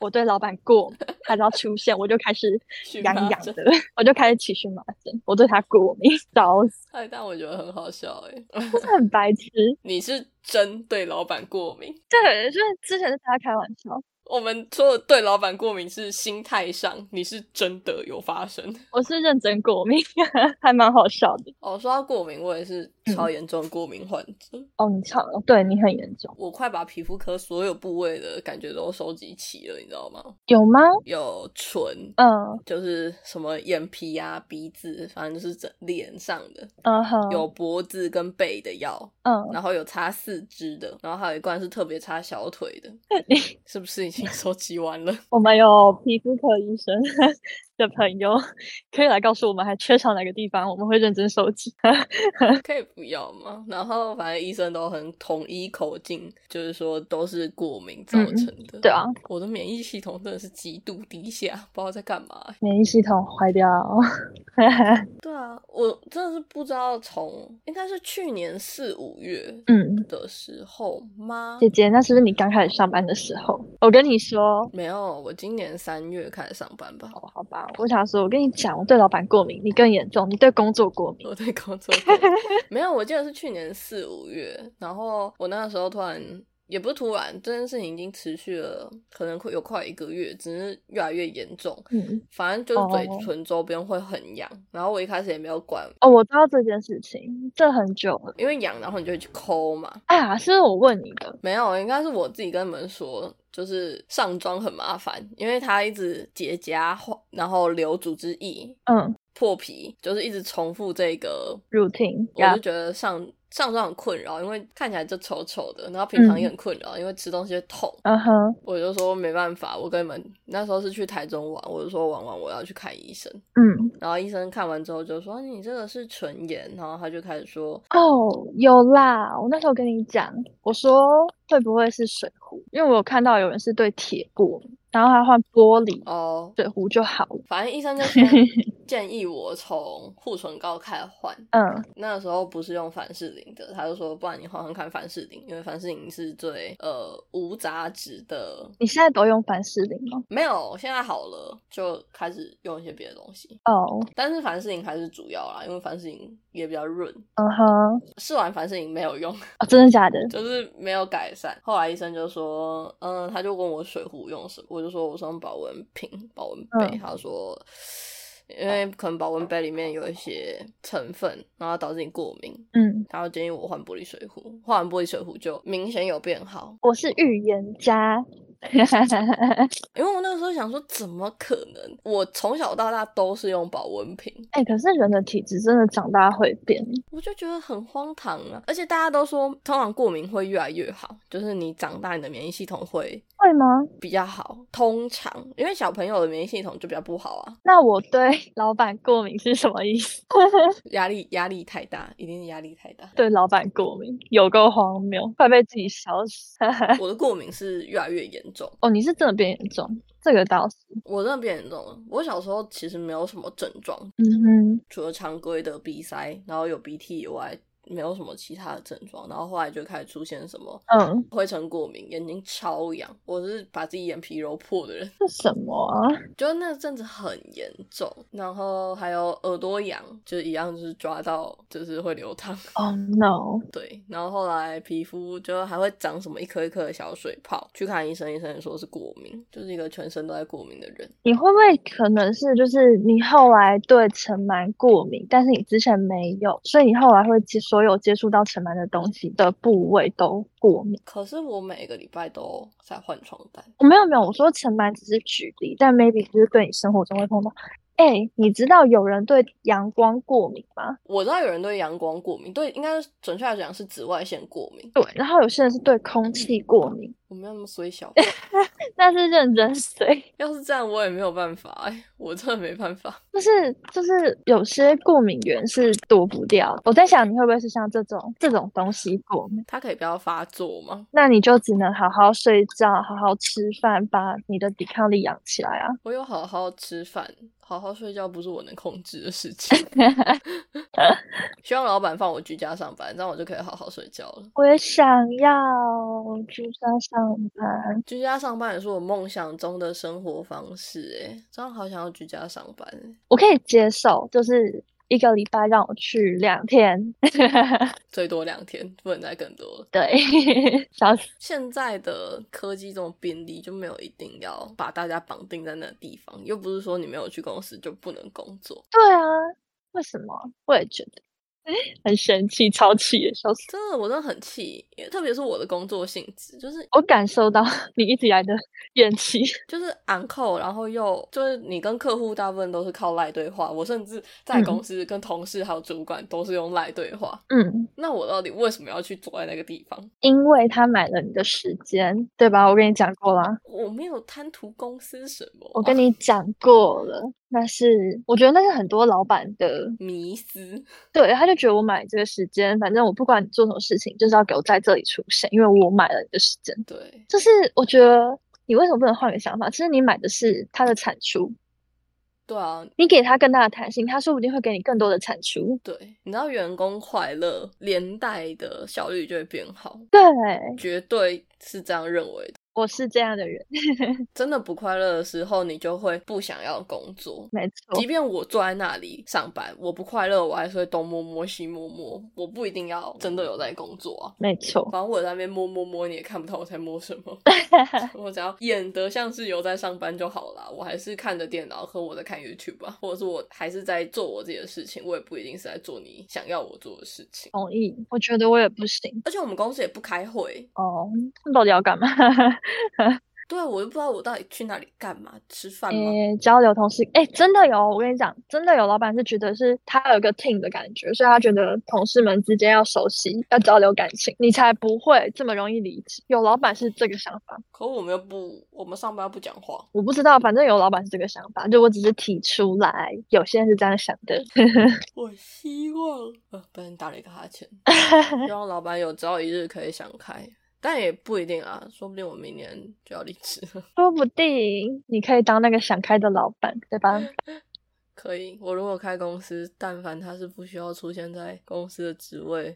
Speaker 2: 我对老板过敏，他只要出现我就开始
Speaker 1: 荨
Speaker 2: 痒
Speaker 1: 麻
Speaker 2: 痒
Speaker 1: 疹
Speaker 2: 的，我就开始起荨麻疹，我对他过敏，找死，
Speaker 1: 哎，但我觉得很好笑哎、
Speaker 2: 就是很白痴。
Speaker 1: 你是真对老板过敏？
Speaker 2: 对，就是之前是大家开玩笑，
Speaker 1: 我们说的对老板过敏是心态上，你是真的有发生。
Speaker 2: 我是认真过敏， 还蛮好笑的。
Speaker 1: 哦，说到过敏，我也是超严重过敏患者，
Speaker 2: 哦，你唱，对你很严重，
Speaker 1: 我快把皮肤科所有部位的感觉都收集齐了，你知道吗？
Speaker 2: 有吗？
Speaker 1: 有唇，
Speaker 2: 嗯
Speaker 1: 就是什么眼皮啊、鼻子，反正就是整脸上的；
Speaker 2: 嗯哼，
Speaker 1: 有脖子跟背的药，
Speaker 2: 嗯，
Speaker 1: 然后有擦四肢的，然后还有一罐是特别擦小腿的，是不是已经收集完了？
Speaker 2: 我们有皮肤科医生的朋友可以来告诉我们还缺少哪个地方，我们会认真收集。
Speaker 1: 可以不要吗？然后反正医生都很统一口径，就是说都是过敏造成的。
Speaker 2: 对啊，
Speaker 1: 我的免疫系统真的是极度低下，不知道在干嘛欸。
Speaker 2: 免疫系统坏掉，
Speaker 1: 对啊，我真的是不知道从应该是去年四五月
Speaker 2: 嗯。
Speaker 1: 的时候吗？
Speaker 2: 姐姐，那是不是你刚开始上班的时候？我跟你说，
Speaker 1: 没有，我今年三月开始上班吧。
Speaker 2: 哦，好吧，我想说，我跟你讲，我对老板过敏，你更严重，你对工作过敏
Speaker 1: 我。对工作过敏 没有，我记得是去年四五月，然后我那个时候突然也不是突然，这件事情已经持续了，可能快有快一个月，只是越来越严重。
Speaker 2: 嗯，
Speaker 1: 反正就是嘴
Speaker 2: 哦
Speaker 1: 唇周边会很痒然后我一开始也没有管，
Speaker 2: 哦，我知道这件事情，这很久了
Speaker 1: 因为痒，然后你就会去抠嘛。
Speaker 2: 啊，是不是我问你的？
Speaker 1: 没有，应该是我自己跟你们说，就是上妆很麻烦，因为它一直结痂，然后流组织液、
Speaker 2: 嗯
Speaker 1: 破皮，就是一直重复这个
Speaker 2: ，routine，
Speaker 1: 我就觉得上上妆很困扰，因为看起来就丑丑的，然后平常也很困扰，因为吃东西会痛。
Speaker 2: 嗯哼，
Speaker 1: 我就说没办法，我跟你们那时候是去台中玩，我就说玩完我要去看医生，
Speaker 2: 嗯，
Speaker 1: 然后医生看完之后就说啊你这个是唇炎，然后他就开始说
Speaker 2: 哦，有啦，我那时候跟你讲，我说会不会是水壶？因为我有看到有人是对铁过敏，然后还换玻璃
Speaker 1: 哦。
Speaker 2: 水壶就好了。
Speaker 1: 反正医生就先 建议我从护唇膏开始换，
Speaker 2: 嗯，
Speaker 1: 那时候不是用凡士林的，他就说不然你换换看凡士林，因为凡士林是最呃无杂质的。
Speaker 2: 你现在都用凡士林吗？
Speaker 1: 没有，现在好了，就开始用一些别的东西，
Speaker 2: 哦，
Speaker 1: 但是凡士林还是主要啦，因为凡士林也比较润。
Speaker 2: 嗯哼，
Speaker 1: 试完凡士林没有用，
Speaker 2: 哦，真的假的？
Speaker 1: 就是没有改善。后来医生就说，嗯，他就问我水壶用什么，我就说我是用保温瓶、保温杯。
Speaker 2: 嗯
Speaker 1: 他说，因为可能保温杯里面有一些成分，然后导致你过敏，
Speaker 2: 嗯，
Speaker 1: 他就建议我换玻璃水壶。换完玻璃水壶就明显有变好，
Speaker 2: 我是预言家。
Speaker 1: 因为我那个时候想说，怎么可能？我从小到大都是用保温瓶，
Speaker 2: 哎、可是人的体质真的长大会变，
Speaker 1: 我就觉得很荒唐啊！而且大家都说，通常过敏会越来越好，就是你长大，你的免疫系统会
Speaker 2: 会吗？
Speaker 1: 比较好。通常，因为小朋友的免疫系统就比较不好啊，
Speaker 2: 那我对 老板过敏是什么意思？ 。
Speaker 1: 压力压力太大，一定是压力太大
Speaker 2: 对老板过敏，有够荒谬，快被自己笑死。
Speaker 1: 我的过敏是越来越严重，
Speaker 2: 哦，你是真的变严重，这个倒是。
Speaker 1: 我真的变严重了。我小时候其实没有什么症状，
Speaker 2: 嗯哼，
Speaker 1: 除了常规的鼻塞，然后有鼻涕以外，没有什么其他的症状。然后后来就开始出现什么
Speaker 2: 嗯，
Speaker 1: 灰尘过敏，眼睛超痒，我是把自己眼皮揉破的人。
Speaker 2: 是什么啊？
Speaker 1: 就那阵子很严重，然后还有耳朵痒，就一样就是抓到就是会流淌，
Speaker 2: 哦、no，
Speaker 1: 对，然后后来皮肤就还会长什么一颗一颗的小水泡，去看医生，医生也说是过敏，就是一个全身都在过敏的人。
Speaker 2: 你会不会可能是就是你后来对尘螨过敏，但是你之前没有，所以你后来会接所有接触到尘螨的东西的部位都过敏？
Speaker 1: 可是我每个礼拜都在换床单，
Speaker 2: 我没有没有，我说尘螨只是举例，但 maybe 只是对你生活中会碰到。哎、你知道有人对阳光过敏吗？
Speaker 1: 我知道有人对阳光过敏，对，应该准确来讲是紫外线过敏。
Speaker 2: 对，然后有些人是对空气过敏，
Speaker 1: 我没有那么衰小，
Speaker 2: 那是认真谁？
Speaker 1: 要是这样我也没有办法、哎，我真的没办法。
Speaker 2: 就是就是有些过敏源是躲不掉。我在想你会不会是像这种这种东西过敏？
Speaker 1: 它可以不要发作吗？
Speaker 2: 那你就只能好好睡觉，好好吃饭，把你的抵抗力养起来啊！
Speaker 1: 我有好好吃饭，好好睡觉，不是我能控制的事 情。希望老板放我居家上班，这样我就可以好好睡觉了。
Speaker 2: 我也想要居家上班，
Speaker 1: 居家上班也是我梦想中的生活方式，哎，真的好想要居家上班欸，
Speaker 2: 我可以接受，就是一个礼拜让我去两天，
Speaker 1: 最多两天，不能再更多了。
Speaker 2: 对， 小死
Speaker 1: 现在的科技这种便利，就没有一定要把大家绑定在那个地方，又不是说你没有去公司就不能工作。
Speaker 2: 对啊，为什么？我也觉得 很生气，超气的，笑死！
Speaker 1: 真的，我真的很气，因为特别是我的工作性质，就是
Speaker 2: 我感受到 你一直以来的怨气，
Speaker 1: 就是昂扣，然后又就是你跟客户大部分都是靠赖对话，我甚至在
Speaker 2: 嗯
Speaker 1: 公司跟同事还有主管都是用赖对话。
Speaker 2: 嗯，
Speaker 1: 那我到底为什么要去坐在那个地方？
Speaker 2: 因为他买了你的时间，对吧？我跟你讲过啦。
Speaker 1: 我没有贪图公司什么啊、
Speaker 2: 我跟你讲过了，那是我觉得那是很多老板的，
Speaker 1: 迷思，
Speaker 2: 对，他就觉得我买这个时间，反正我不管你做什么事情，就是要给我在这里出现，因为我买了你的时间。
Speaker 1: 对，
Speaker 2: 就是我觉得你为什么不能换个想法？其实你买的是他的产出，
Speaker 1: 对啊，
Speaker 2: 你给他更大的弹性，他说不定会给你更多的产出。
Speaker 1: 对，你知道员工快乐，连带的效率就会变好，
Speaker 2: 对，
Speaker 1: 绝对是这样认为的。
Speaker 2: 我是这样的人，
Speaker 1: 真的不快乐的时候，你就会不想要工作，
Speaker 2: 没错
Speaker 1: 即。便我坐在那里上班，我不快乐，我还是会东摸摸西摸摸，我不一定要真的有在工作啊。
Speaker 2: 没错，
Speaker 1: 反正我在那边摸摸摸，你也看不到我在摸什么。我只要演得像是有在上班就好啦，我还是看着电脑和我在看 YouTube 吧，或者是我还是在做我自己的事情，我也不一定是在做你想要我做的事情。
Speaker 2: 同意。我觉得我也不行
Speaker 1: 而且我们公司也不开会，
Speaker 2: 哦，他们到底要干嘛？
Speaker 1: 对啊我就不知道我到底去那里干嘛，吃饭吗？
Speaker 2: 诶，交流同事，诶，真的有，我跟你讲，真的有老板是觉得是他有一个 team 的感觉，所以他觉得同事们之间要熟悉，要交流感情，你才不会这么容易离职。有老板是这个想法，
Speaker 1: 可我们又不，我们上班不讲话，
Speaker 2: 我不知道，反正有老板是这个想法，就我只是提出来，有些人是这样想的。
Speaker 1: 我希望，呃，被人打了一个哈欠，希望老板有朝一日可以想开，但也不一定啊，说不定我明年就要离职了。
Speaker 2: 说不定你可以当那个想开的老板，对吧？
Speaker 1: 可以，我如果开公司，但凡他是不需要出现在公司的职位，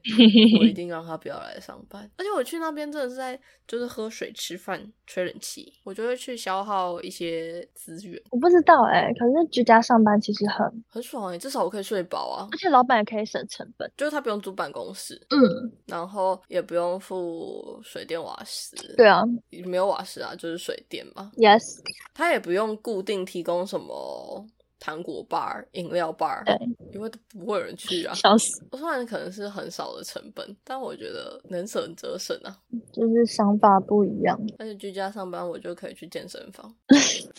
Speaker 1: 我一定让他不要来上班。而且我去那边真的是在就是喝水、吃饭、吹冷气，我就会去消耗一些资源，
Speaker 2: 我不知道哎、可是居家上班其实很，
Speaker 1: 很爽哎、至少我可以睡饱啊
Speaker 2: 而。且老板也可以省成本。
Speaker 1: 就是他不用租办公室，
Speaker 2: 嗯，
Speaker 1: 然后也不用付水电瓦斯，
Speaker 2: 对啊
Speaker 1: 没有瓦斯啊，就是水电嘛。
Speaker 2: ，yes，
Speaker 1: 他也不用固定提供什么糖果 bar、饮料 bar，
Speaker 2: 对，
Speaker 1: 因为都不会有人去啊。
Speaker 2: 笑死，
Speaker 1: 虽然可能是很少的成本，但我觉得能省则省啊。
Speaker 2: 就是想法不一样，
Speaker 1: 而且居家上班，我就可以去健身房，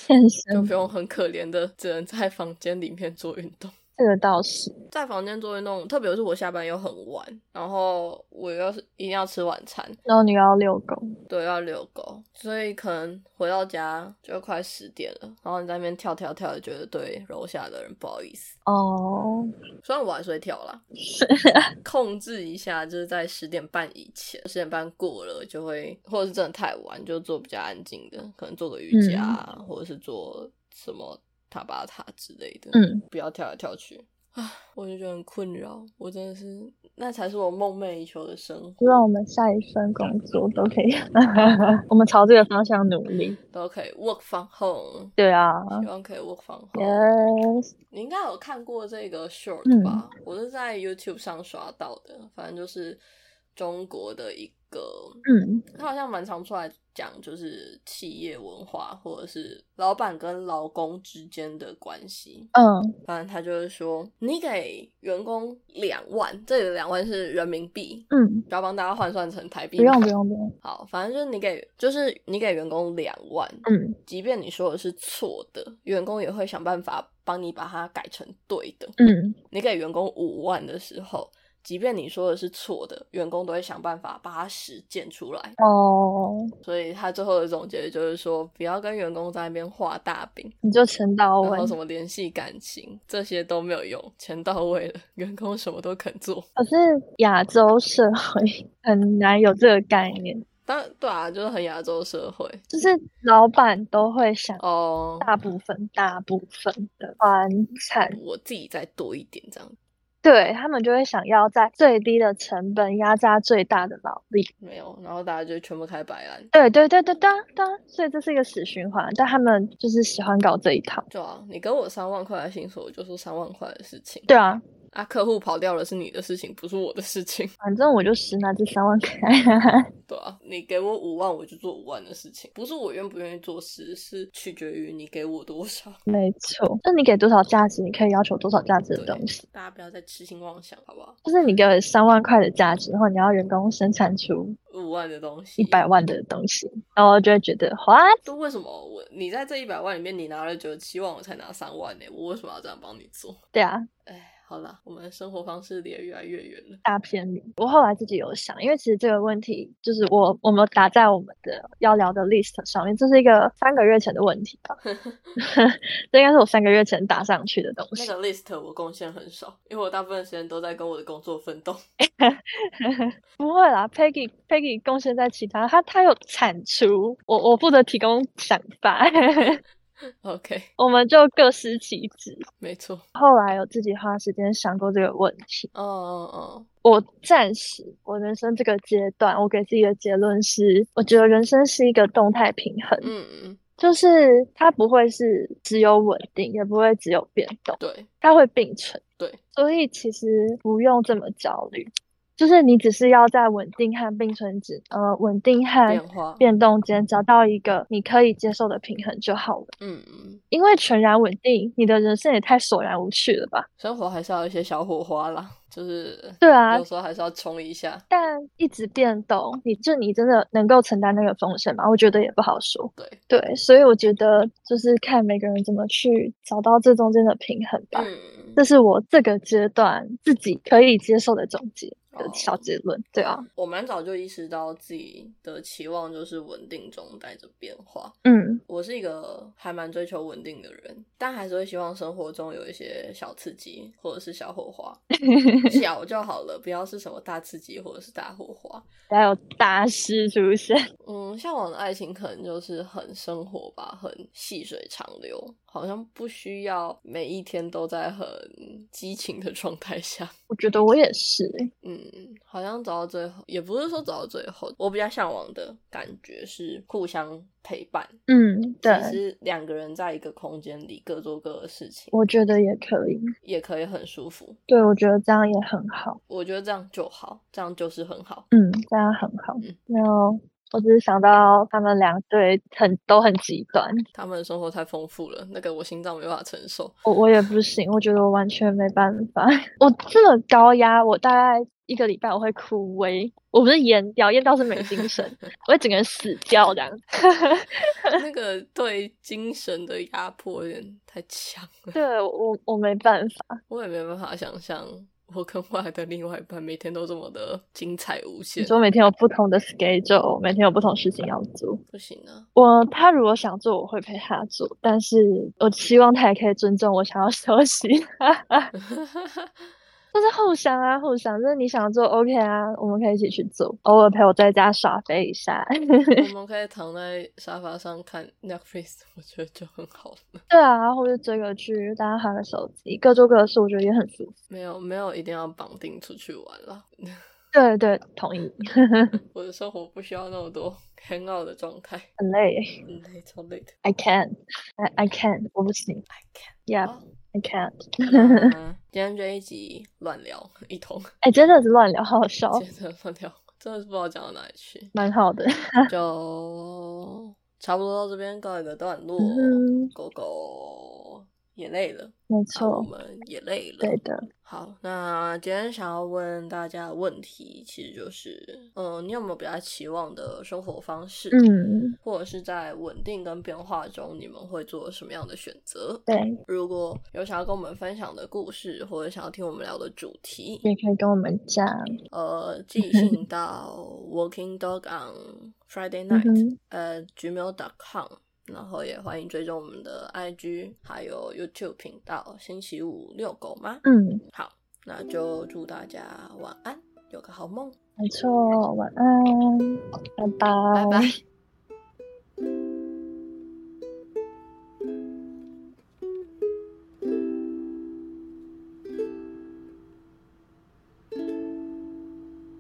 Speaker 2: 健
Speaker 1: 就
Speaker 2: 身
Speaker 1: 不用很可怜的只能在房间里面做运动。
Speaker 2: 这个倒是，
Speaker 1: 在房间做运动，特别是我下班又很晚，然后我又是一定要吃晚餐，
Speaker 2: 然后你又要遛狗，
Speaker 1: 对，要遛狗，所以可能回到家就快十点了，然后你在那边跳跳跳，也觉得对楼下的人不好意思。
Speaker 2: 哦，
Speaker 1: 虽然我还是会跳 啦，控制一下，就是在十点半以前，十点半过了就会，或者是真的太晚，就做比较安静的，可能做个瑜伽啊，
Speaker 2: 嗯
Speaker 1: 或者是做什么塔巴塔之类的，
Speaker 2: 嗯，
Speaker 1: 不要跳来跳去。啊，我就觉得很困扰，我真的是，那才是我梦寐以求的生
Speaker 2: 希
Speaker 1: 活，
Speaker 2: 望我们下一份工作都 可以，我们朝这个方向努力。
Speaker 1: 都可以 work from home，
Speaker 2: 对啊
Speaker 1: 希望可以 work from home。
Speaker 2: ，yes，
Speaker 1: 你应该有看过这个 short
Speaker 2: 嗯
Speaker 1: 吧？我是在 YouTube 上刷到的，反正就是中国的一个，
Speaker 2: 嗯，
Speaker 1: 他好像蛮常出来讲，就是企业文化或者是老板跟劳工之间的关系。
Speaker 2: 嗯，
Speaker 1: 反正他就是说，你给员工两万，这里的两万是人民币，
Speaker 2: 嗯，
Speaker 1: 不要帮大家换算成台币
Speaker 2: 不
Speaker 1: 嘛。
Speaker 2: 用不用不用，
Speaker 1: 好，反正就是你给，就是你给员工两万，
Speaker 2: 嗯，
Speaker 1: 即便你说的是错的，员工也会想办法帮你把它改成对的。
Speaker 2: 嗯，
Speaker 1: 你给员工五万的时候，即便你说的是错的，员工都会想办法把它实践出来。
Speaker 2: 哦，
Speaker 1: 所以他最后的总结就是说，不要跟员工在那边画大饼，
Speaker 2: 你就陈到
Speaker 1: 然
Speaker 2: 位
Speaker 1: 后，什么联系感情，这些都没有用，钱到位了，员工什么都肯做。
Speaker 2: 可是亚洲社会很难有这个概念，
Speaker 1: 当然，对啊，就是很亚洲社会
Speaker 2: 就是老板都会想
Speaker 1: 哦。
Speaker 2: 大部分大部分的房产，
Speaker 1: 我自己再多一点这样，
Speaker 2: 对他们就会想要在最低的成本压榨最大的劳力。
Speaker 1: 没有，然后大家就全部开白烂。
Speaker 2: 对对对对对啊对啊，所以这是一个死循环，但他们就是喜欢搞这一套。
Speaker 1: 对啊，你给我三万块的薪水，我就说三万块的事情。
Speaker 2: 对啊，
Speaker 1: 啊，客户跑掉了是你的事情，不是我的事情。
Speaker 2: 反正我就实拿这三万块。
Speaker 1: 对啊，你给我五万，我就做五万的事情，不是我愿不愿意做事，是取决于你给我多 少。
Speaker 2: 没错，那你给多少价值，你可以要求多少价值的
Speaker 1: 对
Speaker 2: 东西。
Speaker 1: 大家不要再痴心妄想，好不好？
Speaker 2: 就是你给我三万块的价值，然后你要员工生产出
Speaker 1: 五万的东西，
Speaker 2: 一百万的东西，然后我就会觉得哇，
Speaker 1: 都为什么我你在这一百万里面你拿了九十七万，我才拿三万呢、我为什么要这样帮你做？
Speaker 2: 对啊，
Speaker 1: 哎，好啦，我们的生活方式离得越来越远了。
Speaker 2: 大偏离。我后来自己有想，因为其实这个问题就是我我们有打在我们的要聊的 list 上面，这是一个三个月前的问题吧， 这应该是我三个月前打上去的东
Speaker 1: 那
Speaker 2: 西。
Speaker 1: 个 list 我贡献很少，因为我大部分时间都在跟我的工作奋斗。
Speaker 2: 不会啦，Peggy Peggy 贡献在其他，他他有产出，我我负责提供想法，
Speaker 1: OK，
Speaker 2: 我们就各司其职。
Speaker 1: 没错。
Speaker 2: 后来有自己花时间想过这个问题，
Speaker 1: 哦哦哦，
Speaker 2: 我暂时我人生这个阶段，我给自己的结论是，我觉得人生是一个动态平衡，
Speaker 1: 嗯嗯，
Speaker 2: 就是它不会是只有稳定，也不会只有变动，
Speaker 1: 对
Speaker 2: 它会并存。
Speaker 1: 对，
Speaker 2: 所以其实不用这么焦虑，就是你只是要在稳定和并存之，呃，稳定
Speaker 1: 变
Speaker 2: 和
Speaker 1: 化，
Speaker 2: 变动间找到一个你可以接受的平衡就好了。
Speaker 1: 嗯嗯，
Speaker 2: 因为全然稳定，你的人生也太索然无趣了吧？
Speaker 1: 生活还是要有一些小火花啦，就是
Speaker 2: 对啊，
Speaker 1: 有时候还是要冲一下。
Speaker 2: 但一直变动，你就你真的能够承担那个风险吗？我觉得也不好说。
Speaker 1: 对，
Speaker 2: 对，所以我觉得就是看每个人怎么去找到这中间的平衡吧。
Speaker 1: 嗯，
Speaker 2: 这是我这个阶段自己可以接受的总结。
Speaker 1: 哦
Speaker 2: 的小结论。对啊，
Speaker 1: 我蛮早就意识到自己的期望就是稳定中带着变化。
Speaker 2: 嗯
Speaker 1: 我是一个还蛮追求稳定的人，但还是会希望生活中有一些小刺激或者是小火花，小就好了，不要是什么大刺激或者是大火花。
Speaker 2: 还有大师出现，
Speaker 1: 嗯，向往的爱情可能就是很生活吧，很细水长流，好像不需要每一天都在很激情的状态下。
Speaker 2: 我觉得我也是欸、
Speaker 1: 嗯，好像走到最后，也不是说走到最后，我比较向往的感觉是互相陪伴，
Speaker 2: 嗯，对，
Speaker 1: 其实两个人在一个空间里各做各的事情，
Speaker 2: 我觉得也可以。
Speaker 1: 也可以很舒服。
Speaker 2: 对，我觉得这样也很好。
Speaker 1: 我觉得这样就好，这样就是很好。
Speaker 2: 嗯，这样很好
Speaker 1: 嗯。
Speaker 2: 然后我只是想到他们两对很都很极端，
Speaker 1: 他们的生活太丰富了，那个我心脏没办法承 受。
Speaker 2: 我我也不行，我觉得我完全没办法。 我这么高压，我大概一个礼拜我会枯萎，我不是淹掉，淹掉是没精 神，我会整个人死掉这样。
Speaker 1: 那个对精神的压迫有点太强了，
Speaker 2: 对我我没办法，
Speaker 1: 我也没办法想象我跟我的另外一半每天都这么的精彩无
Speaker 2: 你
Speaker 1: 限。
Speaker 2: 说每天有不同的 schedule，每天有不同事情要做。
Speaker 1: 不行啊，
Speaker 2: 我他如果想做，我会陪他做，但是我希望他也可以尊重我想要休息。就是互相啊，互相，就是你想做 OK 啊，我们可以一起去做，偶尔陪我在家耍飞一下。
Speaker 1: 我们可以躺在沙发上看 Netflix，我 觉得就很好了。
Speaker 2: 对啊，或者追个剧，大家喊个手机，各做各的事，我觉得也很舒服。
Speaker 1: 没有没有，一定要绑定出去玩啦。
Speaker 2: 对对，同意，
Speaker 1: 我的生活不需要那么多 hang out 的状态，
Speaker 2: 很累
Speaker 1: 很累，超累的。
Speaker 2: ，I can't, I I can't，我不行
Speaker 1: I can't
Speaker 2: ，Yeah,
Speaker 1: 好
Speaker 2: I can't。
Speaker 1: 那啊今天这一集乱聊一通，
Speaker 2: 哎，真的是乱聊，好好笑，
Speaker 1: 接着乱聊，真的是不知道讲到哪里去，
Speaker 2: 蛮好的。
Speaker 1: 就差不多到这边告一个段落。
Speaker 2: 嗯，
Speaker 1: 狗狗也累了，啊
Speaker 2: 没
Speaker 1: 我
Speaker 2: 错，
Speaker 1: 们也累了。
Speaker 2: 对的。
Speaker 1: 好，那今天想要问大家的问题，其实就是，嗯，你有没有比较期望的生活方式？，
Speaker 2: 嗯，
Speaker 1: 或者是在稳定跟变化中，你们会做什么样的选择？
Speaker 2: 对，
Speaker 1: 如果有想要跟我们分享的故事，或者想要听我们聊的主题，
Speaker 2: 也可以跟我们讲。
Speaker 1: 呃，
Speaker 2: 嗯
Speaker 1: 寄信到 Working Dog on Friday
Speaker 2: 嗯
Speaker 1: Night、
Speaker 2: 哼，
Speaker 1: 呃 gmail.com，然后也欢迎追踪我们的 IG，还有 YouTube 频道星期五遛狗吗？
Speaker 2: 嗯，
Speaker 1: 好，那就祝大家晚安，有个好梦，
Speaker 2: 没错，晚安，拜拜，
Speaker 1: 拜拜。